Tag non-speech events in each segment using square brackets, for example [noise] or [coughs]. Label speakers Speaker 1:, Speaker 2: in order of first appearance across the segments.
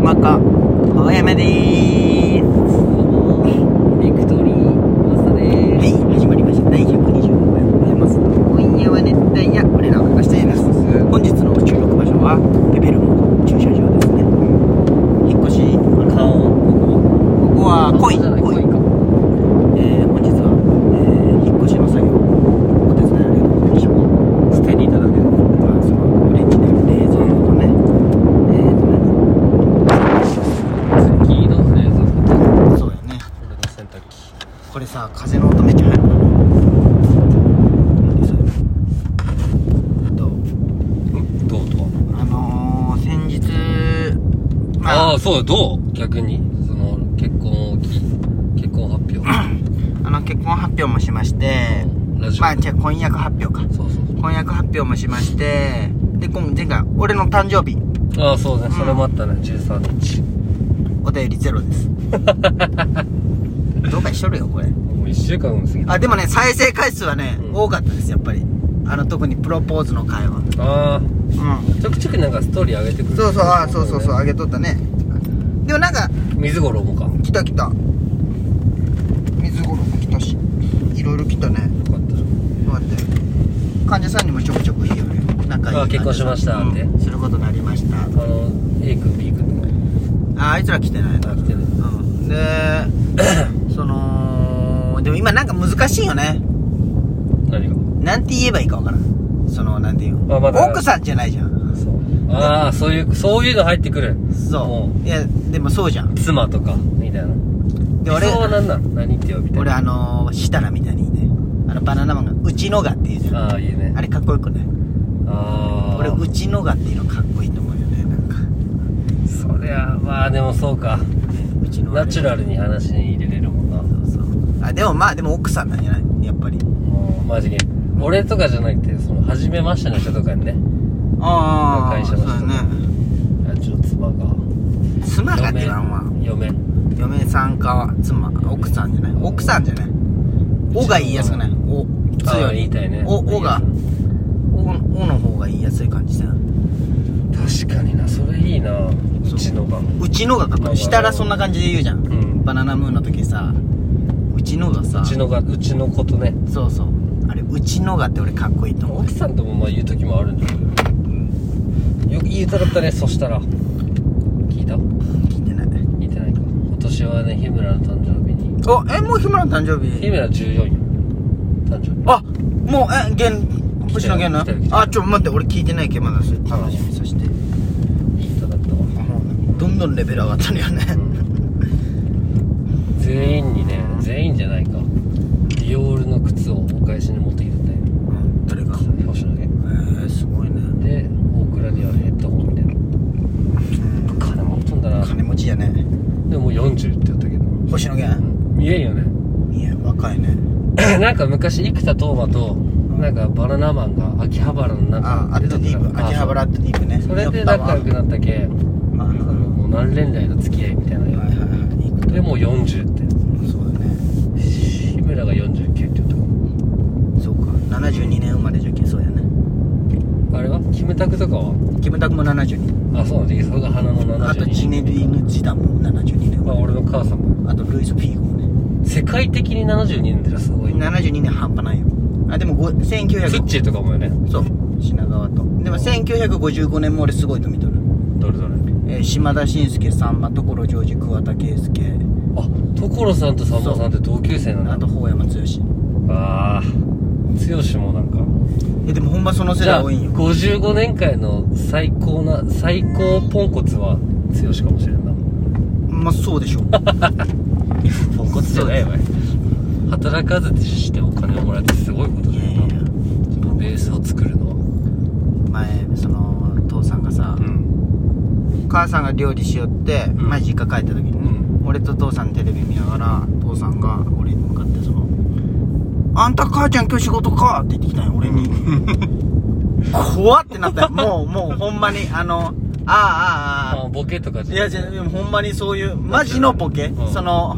Speaker 1: バカ大山でー
Speaker 2: ビクトリーマサで
Speaker 1: は
Speaker 2: す
Speaker 1: い始まりました第125回でございます今夜は熱帯夜俺らがしています本日の収録場所はペペルモの駐車場ですね引っ越しあの
Speaker 2: 顔こ
Speaker 1: ここは
Speaker 2: こ
Speaker 1: 恋
Speaker 2: じゃない
Speaker 1: 恋
Speaker 2: 恋か
Speaker 1: えー本日は、えー引っ越しの作業をお手伝いありがとうございました
Speaker 2: 捨てにいただける
Speaker 1: まあそのオレンジで冷蔵庫とねえーとね
Speaker 2: 次の冷蔵庫と
Speaker 1: そうやね
Speaker 2: 俺の洗濯機
Speaker 1: これさ風の音めっちゃ入るからね何それどう
Speaker 2: どうとは
Speaker 1: あのー、先日ま
Speaker 2: あ
Speaker 1: あ
Speaker 2: あーそうだどう逆にその結婚をき結婚発表
Speaker 1: あの結婚発表もしまして
Speaker 2: ラジオ
Speaker 1: まあじゃあ婚約発表か
Speaker 2: そうそう
Speaker 1: 婚約発表もしましてで今前回俺の誕生日
Speaker 2: そうああそうねそれもあったね13日
Speaker 1: お便りゼロです [laughs] どうかしとるよこれ
Speaker 2: もう1週間過ぎた
Speaker 1: あでもね再生回数はね、
Speaker 2: うん
Speaker 1: 多かったですやっぱりあの特にプロポーズの会は
Speaker 2: あ
Speaker 1: う
Speaker 2: あちょくちょくなんかストーリー上げてく
Speaker 1: ん
Speaker 2: る
Speaker 1: そうそうあそうそうそうあげとったねでもなんか
Speaker 2: 水五郎もかよ
Speaker 1: 来た来た水頃も来たしいろいろ来たね
Speaker 2: かったじゃん
Speaker 1: どうやって患者さんにもちょくちょく言いよるよ仲いい
Speaker 2: あ結婚しましたって
Speaker 1: うんすることになりました
Speaker 2: あの A 君 B 君と
Speaker 1: ああいつら来てないな
Speaker 2: か来てる [laughs]
Speaker 1: うんでそのでも今なんか難しいよね
Speaker 2: 何が
Speaker 1: なんて言えばいいかわからんそのなんていうの、
Speaker 2: あまだ
Speaker 1: 奥さんじゃないじゃん
Speaker 2: そうああそういうそういうの入ってくる
Speaker 1: そ
Speaker 2: も
Speaker 1: ういやでもそうじゃん
Speaker 2: う妻とかみたいな
Speaker 1: で俺
Speaker 2: 理想は何なの何って呼びたい
Speaker 1: 俺あのー、設楽みたいにねあのバナナマンが「うちのが」って言うじゃん
Speaker 2: ああいいね
Speaker 1: あれかっこよくない
Speaker 2: ああ
Speaker 1: 俺うちのがっていうのかっこいいと思うよねなんか
Speaker 2: そりゃまあでもそうか
Speaker 1: うちのが
Speaker 2: ナチュラルに話に入れれるもんな
Speaker 1: そうそうあでもまあでも奥さんなんじゃないやっぱり
Speaker 2: もうマジで俺とかじゃなくてその初めましての人とかにね
Speaker 1: あ
Speaker 2: あ
Speaker 1: そうだね
Speaker 2: あちょっと妻が
Speaker 1: 妻がって言わんわ
Speaker 2: 嫁
Speaker 1: 嫁さんか妻奥さんじゃない奥さんじゃない「お」が言いやすくない「お」
Speaker 2: ああ
Speaker 1: 強
Speaker 2: 言
Speaker 1: い
Speaker 2: いたいね
Speaker 1: お「お」が「お」おの方が言いやすい感じさ
Speaker 2: 確かになそれいいなうちのが
Speaker 1: うちのがかっこいいしたらそんな感じで言うじゃん
Speaker 2: うん
Speaker 1: バナナムーンの時さうちのがさ
Speaker 2: うちのがうちのことね
Speaker 1: そうそうあれうちのがって俺かっこいいと思う
Speaker 2: 奥さんともまあ言う時もあるんだけどよく言いたかったねそしたら聞いた
Speaker 1: 聞いてない
Speaker 2: 聞いてないか今年はね日村の誕生日に
Speaker 1: おえもう日村の誕生
Speaker 2: 日
Speaker 1: 日
Speaker 2: 村14よ誕生日
Speaker 1: あもうえ現うちの現
Speaker 2: 来てる来てる
Speaker 1: なあちょ待って俺聞いてないけどまだそれ
Speaker 2: あ
Speaker 1: 楽しみさせて
Speaker 2: いい人だったわ
Speaker 1: どんどんレベル上がったのよね
Speaker 2: うん全員にね全員じゃないかディオールの靴をお返しに持ってきてたよ
Speaker 1: 誰が
Speaker 2: 星野
Speaker 1: えー、すごいね
Speaker 2: 源で大倉にはヘッドホンみたいな金持っとんだな
Speaker 1: 金持ちやね
Speaker 2: でももう40って言ったけど
Speaker 1: 星野源
Speaker 2: 見えんよね [coughs]
Speaker 1: いや若いね
Speaker 2: なんか昔生田斗真となんかバナナマンが秋葉原のなん
Speaker 1: あ
Speaker 2: か
Speaker 1: アットディープ秋葉原アットディープね
Speaker 2: それで
Speaker 1: 酔ったわ
Speaker 2: 仲良くなったけ
Speaker 1: あ
Speaker 2: その
Speaker 1: は
Speaker 2: もう何年来の付き合いみたい
Speaker 1: い
Speaker 2: な
Speaker 1: はいはいいいこと
Speaker 2: でもう40って
Speaker 1: そうだね
Speaker 2: 日村が49って言ったか
Speaker 1: そうか72年生まれじゃけそうやね
Speaker 2: あれはキムタクとかは
Speaker 1: キムタクも72
Speaker 2: あそうなんだそれが花の
Speaker 1: あとジ
Speaker 2: 72
Speaker 1: ネリーヌ・ジダも72年生
Speaker 2: まあ
Speaker 1: まれ
Speaker 2: 俺の母さんも
Speaker 1: あとルイス・フィーゴね
Speaker 2: 世界的に72年ってのはすごいね
Speaker 1: 72年半端ないよあでもご1900
Speaker 2: ツッチーとかもよね
Speaker 1: そう品川とでも1955年も俺すごいと見とる、
Speaker 2: どれどれ
Speaker 1: えー島田紳介さんま所ジョージ桑田佳祐
Speaker 2: あ所さんとさんまさんって同級生な
Speaker 1: あ
Speaker 2: んだ
Speaker 1: と法山剛
Speaker 2: ああ剛もなんか
Speaker 1: えでもほんまその世
Speaker 2: じゃ
Speaker 1: 代
Speaker 2: あ
Speaker 1: 多いんよ
Speaker 2: 55年間の最高な最高ポンコツは剛かもしれんな
Speaker 1: まあそうで
Speaker 2: [laughs]
Speaker 1: しょう
Speaker 2: ポンコツじゃないわ働かずしてお金をもらえてすごいこと
Speaker 1: い
Speaker 2: だ
Speaker 1: や
Speaker 2: よ
Speaker 1: いやいや
Speaker 2: なそのベースを作るのは
Speaker 1: 前その父さんがさ、
Speaker 2: ん
Speaker 1: 母さんが料理しよって、
Speaker 2: ん
Speaker 1: 前実家帰った時にね、俺と父さんテレビ見ながら父さんが俺に向かってその「あんた母ちゃん今日仕事か」って言ってきたんよ俺
Speaker 2: [laughs]
Speaker 1: に怖ってなったよもうもうほんまにあのあああああ
Speaker 2: あボケとか
Speaker 1: あ
Speaker 2: じ
Speaker 1: いや
Speaker 2: ゃなく
Speaker 1: じ
Speaker 2: て
Speaker 1: ゃほんまにそういうマジのボケ、
Speaker 2: うん
Speaker 1: その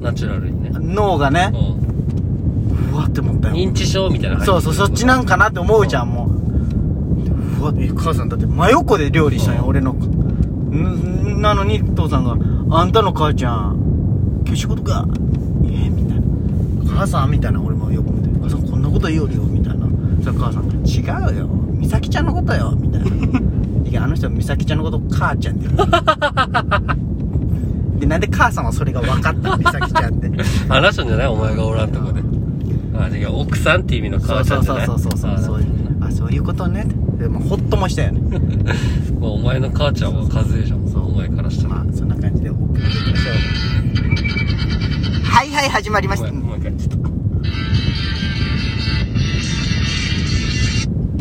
Speaker 2: ナチュラルにね
Speaker 1: 脳がね
Speaker 2: う
Speaker 1: うわって思った
Speaker 2: ん
Speaker 1: よ
Speaker 2: 認知症みたいな
Speaker 1: そうそうそっちなんかなって思うじゃんもううわえ母さんだって真横で料理したんよ
Speaker 2: うん
Speaker 1: 俺のんなのに父さんが「あんたの母ちゃん今日仕事かええみたいな「母さん」みたいな俺もよく見て「母さんこんなこと言うよ」みたいなそしたら母さんが「違うよ美咲ちゃんのことよ」みたいな
Speaker 2: [laughs]
Speaker 1: 「いやあの人は美咲ちゃんのことを母ちゃん」って言うでなんで母さんはそれが分かった美咲ちゃんって
Speaker 2: 話したんじゃないお前がおらんとこであ違う奥さんって意味の
Speaker 1: そ
Speaker 2: 母
Speaker 1: う
Speaker 2: ちゃ
Speaker 1: そ
Speaker 2: ん
Speaker 1: うそ
Speaker 2: じゃ
Speaker 1: う
Speaker 2: ない
Speaker 1: そうそうそうそういうあそういうことねでもほっともしたよね
Speaker 2: まあお前の母ちゃんは和江じゃんお前からしたら、
Speaker 1: まあそんな感じでお送りしましょうはいはい始まりまし
Speaker 2: お
Speaker 1: た
Speaker 2: 前もう一回ちょっとこう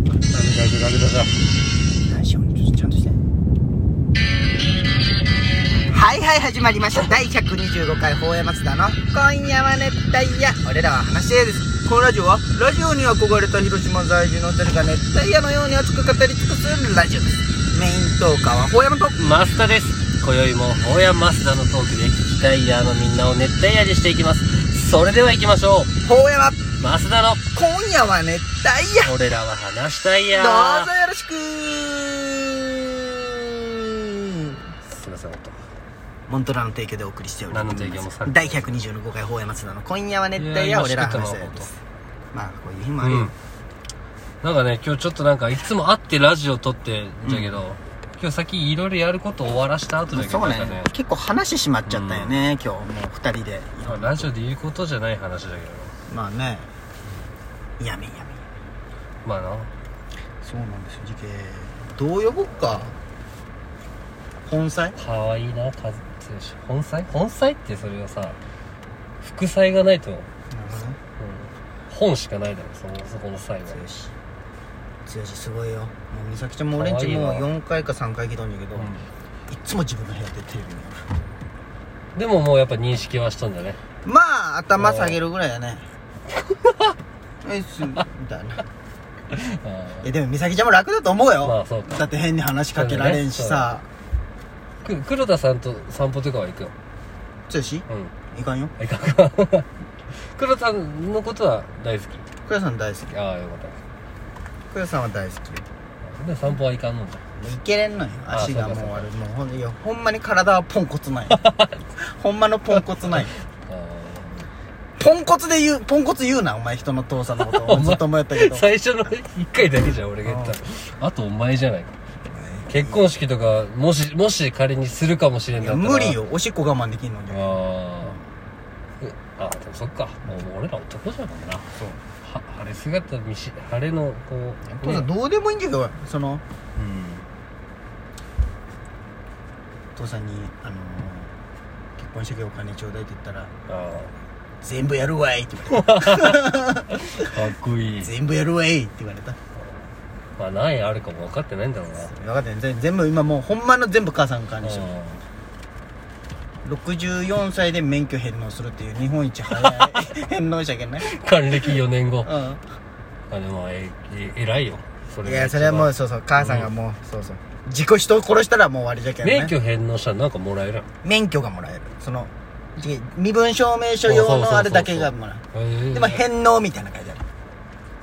Speaker 2: ダメだグダグダだ
Speaker 1: 大丈夫ちょっとちゃんとしてはいはい始まりました第125回法山津田の「今夜は熱帯夜俺らは話し合い」ですこのラジオはラジオに憧れた広島在住の誰が熱帯夜のように熱く語り尽くすラジオですメイントーカーは法山と
Speaker 2: マスタです今宵も大山マスタのトークで聞きたいヤーのみんなを熱帯夜にしていきますそれでは行きましょ
Speaker 1: 法山
Speaker 2: うマスダの
Speaker 1: 今夜は熱帯夜
Speaker 2: 俺らは話したい
Speaker 1: ど
Speaker 2: や
Speaker 1: うぞよろしく
Speaker 2: すいません音
Speaker 1: モントラの提供でお送りしております
Speaker 2: 何の提供もされて
Speaker 1: 第125回放映松田の今夜は熱帯
Speaker 2: い
Speaker 1: 夜
Speaker 2: や
Speaker 1: 俺らの
Speaker 2: 今
Speaker 1: 話
Speaker 2: 作
Speaker 1: だ
Speaker 2: った
Speaker 1: よ
Speaker 2: な
Speaker 1: まあこういう日もあるよ、
Speaker 2: うんなんかね今日ちょっとなんかいつも会ってラジオ撮ってんだけど、今日先いろいろやること終わらした後だけど
Speaker 1: そう
Speaker 2: なんか
Speaker 1: ね結構話しまっちゃったよね、今日もう二人で
Speaker 2: まあラジオで言うことじゃない話だけど
Speaker 1: まあねやめやめ
Speaker 2: まあな
Speaker 1: そうなんですよ事件どう呼ぼっか本妻
Speaker 2: 可愛いなかつ本妻本妻ってそれはさ副妻がないと、うん本しかないだろそのそこの妻は
Speaker 1: 剛し剛すごいよもう美咲ちゃんも俺んち
Speaker 2: 可愛い
Speaker 1: もう
Speaker 2: わ
Speaker 1: 4回か3回来たんだけど、
Speaker 2: うん
Speaker 1: いっつも自分の部屋でテレビ見る
Speaker 2: でももうやっぱ認識はしたんだね
Speaker 1: まあ頭下げるぐらいだ [laughs] ねえっすみたいな
Speaker 2: あ
Speaker 1: いやでも美咲ちゃんも楽だと思うよ、
Speaker 2: まあそうか
Speaker 1: だって変に話しかけられんしさ
Speaker 2: ーく黒田さんと散歩とかは行くよ
Speaker 1: 剛し
Speaker 2: うん
Speaker 1: いかんよ
Speaker 2: あいかんか [laughs] 黒田さんのことは大好き
Speaker 1: クヤさん大好き
Speaker 2: ああよかった
Speaker 1: クヤさんは大好きよ
Speaker 2: で散歩はいかんのじ
Speaker 1: いけれんのよ
Speaker 2: あ
Speaker 1: 足がもう
Speaker 2: そうかそうか
Speaker 1: あれもうほんいやほんまに体はポンコツ
Speaker 2: [laughs]
Speaker 1: ないほんまのポンコツない
Speaker 2: ゃん
Speaker 1: ポンコツで言うポンコツ言うなお前人の父さんの
Speaker 2: [laughs]
Speaker 1: ことずっと思った [laughs] けど
Speaker 2: 最初の一回だけじゃん俺が言ったのあとお前じゃないか結婚式とかもしもし仮にするかもしれん
Speaker 1: い
Speaker 2: だ
Speaker 1: や
Speaker 2: ったら
Speaker 1: 無理よおしっこ我慢できんのに
Speaker 2: あーえあでもそっかもう俺ら男じゃもんな
Speaker 1: そう
Speaker 2: は晴れ姿見し晴れのこう、
Speaker 1: 父さんどうでもいいんだけどその
Speaker 2: う
Speaker 1: 父さんに、あのー結婚してけお金ちょうだいって言ったら
Speaker 2: んあ
Speaker 1: 「全部やるわい」って言われ
Speaker 2: ーかっこいい
Speaker 1: [laughs] た「全部やるわい」って言われた
Speaker 2: まあ何円あるかも分かってないんだろう
Speaker 1: 分
Speaker 2: な
Speaker 1: かってん全全部今もうほんまの全部母さんから
Speaker 2: う
Speaker 1: にしよ
Speaker 2: ん
Speaker 1: う64歳で免許返納するっていう日本一早い返納者けんね
Speaker 2: 還暦4年後
Speaker 1: う
Speaker 2: あでもええ偉いよそ
Speaker 1: ん
Speaker 2: れ
Speaker 1: い
Speaker 2: が
Speaker 1: やそれはもうそうそう母さんがもう、そうそう自己人を殺したらもう終わりじゃけんね
Speaker 2: 免許返納したらなんかもらえるん
Speaker 1: 免許がもらえるその違う身分証明書用のあれだけがもらえる
Speaker 2: え
Speaker 1: でも返納みたいなの書いてある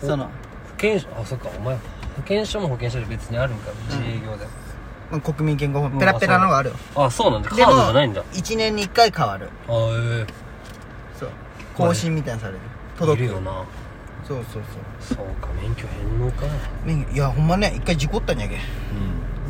Speaker 2: お
Speaker 1: その
Speaker 2: 保険証あそっかお前保険証も保険証で別にあるんか自営業で、
Speaker 1: うん国民健康法ペラペラのがあるよ
Speaker 2: あそうなんだカードじゃないんだあ
Speaker 1: 1年に1回変わる
Speaker 2: えー、
Speaker 1: そう更新みたいなのされる
Speaker 2: い
Speaker 1: 届
Speaker 2: る
Speaker 1: く
Speaker 2: よな
Speaker 1: そうそうそう
Speaker 2: そうか免許返納か
Speaker 1: 免許いやほんまね一回事故ったんやけ
Speaker 2: うん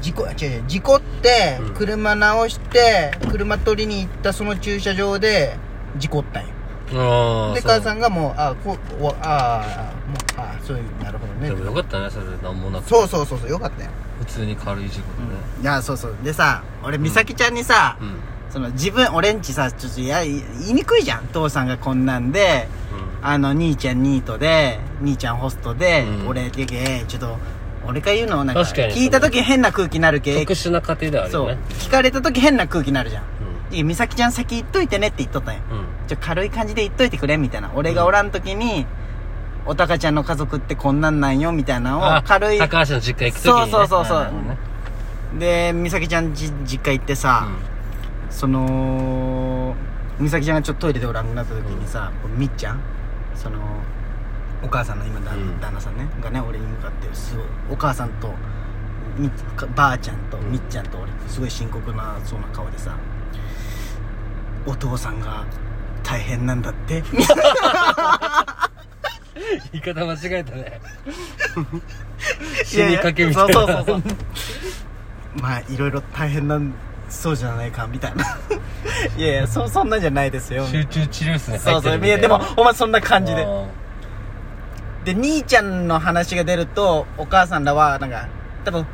Speaker 1: 事故あ違う違う事故って
Speaker 2: うん
Speaker 1: 車直して車取りに行ったその駐車場で事故ったんよ
Speaker 2: ああ
Speaker 1: で母さ
Speaker 2: ん
Speaker 1: んがもうあこうおああもうあそういうなるほどね
Speaker 2: でもよかったねそれなんもなく
Speaker 1: そうそうそうそうよかったよ
Speaker 2: 普通に軽い事故でね
Speaker 1: いやそうそうでさ俺美咲ちゃんにさ、
Speaker 2: うん、うん
Speaker 1: その自分俺んちさちょっとや言いにくいじゃん父さんがこんなんであの兄ちゃんニートで兄ちゃんホストで、
Speaker 2: うん
Speaker 1: 俺だけちょっと俺が言うのなんか
Speaker 2: 確かに
Speaker 1: 聞いた時変な空気なるけ
Speaker 2: 特殊な家庭ではある
Speaker 1: そ
Speaker 2: よ
Speaker 1: う
Speaker 2: ね
Speaker 1: 聞かれた時変な空気なるじゃん
Speaker 2: う
Speaker 1: いや美咲ちゃん先行っといてねって言っとったんよ
Speaker 2: んうん
Speaker 1: ちょ軽い感じで言っといてくれみたいな俺がおらん時に、おたかちゃんの家族ってこんなんなんよみたいなのを
Speaker 2: あ
Speaker 1: 軽い
Speaker 2: 高橋の実家行く時に、ね、
Speaker 1: そうそうそうそう
Speaker 2: あーなるほど
Speaker 1: で
Speaker 2: ね
Speaker 1: 美咲ちゃんじ実家行ってさ、その美咲ちゃんがちょっとトイレでおらんくなった時にさ、こうみっちゃんそのお母さんの今旦,、
Speaker 2: うん
Speaker 1: 旦那さんねがね俺に向かってすごいお母さんとみかばあちゃんとみっちゃんと俺すごい深刻なそうな顔でさ「お父さんが大変なんだ [laughs] って」
Speaker 2: 言い方間違え
Speaker 1: [laughs]
Speaker 2: たね死
Speaker 1: いやい
Speaker 2: に
Speaker 1: や
Speaker 2: かけみたいな
Speaker 1: そうそうそうそう [laughs] まあいろいろ大変なんそうじゃないかみたいな [laughs] いやいやそそんなんじゃないです [laughs] よ
Speaker 2: 集中治療室に入ってる
Speaker 1: そうそういやでもお前そんな感じでで兄ちゃんの話が出るとお母さんらはなんか多分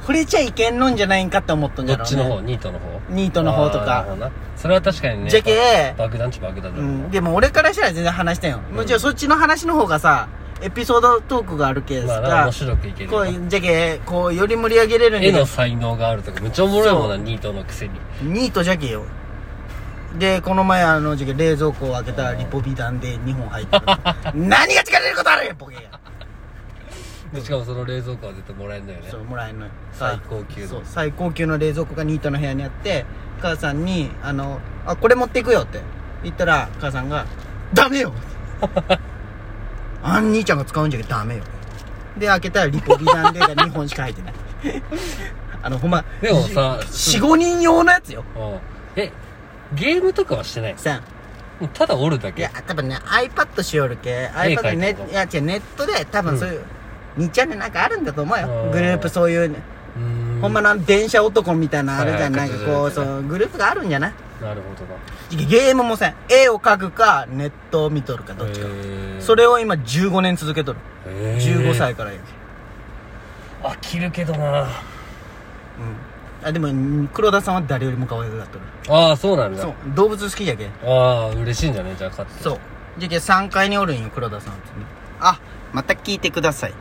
Speaker 1: 触れちゃいけんのんじゃないんかって思っとんじ
Speaker 2: ど
Speaker 1: ゃろ
Speaker 2: っ
Speaker 1: う、
Speaker 2: ち
Speaker 1: ね、
Speaker 2: の方ニートの方
Speaker 1: ニートの方と
Speaker 2: あーなる
Speaker 1: か、
Speaker 2: ほどなそれは確かにね
Speaker 1: じゃけ
Speaker 2: 爆弾地爆弾
Speaker 1: う、
Speaker 2: だろうなん
Speaker 1: でも俺からしたら全然話したんよ、
Speaker 2: ん
Speaker 1: もちろんそっちの話の方がさエピソードトークがあるけです
Speaker 2: ま
Speaker 1: か
Speaker 2: あ
Speaker 1: ら、
Speaker 2: な面白くいける
Speaker 1: こ
Speaker 2: よな
Speaker 1: うじゃけこうより盛り上げれるんだ
Speaker 2: 絵
Speaker 1: けど
Speaker 2: の才能があるとかめっちゃおもろいもんな
Speaker 1: そ
Speaker 2: ニートのくせに
Speaker 1: ニートじゃけよでこの前あの時期冷蔵庫を開けたらリポビタンで2本入ってる
Speaker 2: [laughs]
Speaker 1: 何が疲れることあるよボケが
Speaker 2: でしかもその冷蔵庫は絶対もらえるんだよね
Speaker 1: そうもらえんのよ
Speaker 2: 最高級の
Speaker 1: そう最高級の冷蔵庫がニートの部屋にあって母さんに「あのあこれ持っていくよ」って言ったら母さんが「ダメよ! 」あん兄ちゃんが使うんじゃけどダメよで開けたらリポビタン
Speaker 2: [laughs]
Speaker 1: でが2本しか入ってないあのほんま
Speaker 2: でもさ
Speaker 1: 45人用のやつよ
Speaker 2: うんえゲームとかはしてない
Speaker 1: さん
Speaker 2: もうただおるだ
Speaker 1: い
Speaker 2: け
Speaker 1: や、多分ね、iPad しよるけ、
Speaker 2: 絵描
Speaker 1: iPad
Speaker 2: い
Speaker 1: ね
Speaker 2: てん、の
Speaker 1: いや違う、ネットで多分そういう、2チャンネルなんかあるんだと思う
Speaker 2: あ
Speaker 1: よ。
Speaker 2: ー
Speaker 1: グループそういう、
Speaker 2: うー
Speaker 1: ほんまの電車男みたいなあるじゃん、
Speaker 2: は
Speaker 1: ないん
Speaker 2: はい
Speaker 1: かこう、
Speaker 2: そ
Speaker 1: そ
Speaker 2: うそう
Speaker 1: のグループがあるんじゃない
Speaker 2: なるほどな
Speaker 1: ゲームもせん、絵を描くか、ネットを見とるか、どっちか。それを今15年続けとる。15
Speaker 2: 15
Speaker 1: 歳からやけ。
Speaker 2: 飽きるけどな
Speaker 1: うん。あ、でも、黒田さんは誰よりも可愛がっとる。
Speaker 2: ああそうなんだ
Speaker 1: そう、動物好きじゃけ。
Speaker 2: ああ嬉しいんじゃねじゃあ勝って
Speaker 1: そう。じゃけ3階におるんよ、黒田さんってね。あ、また聞いてください。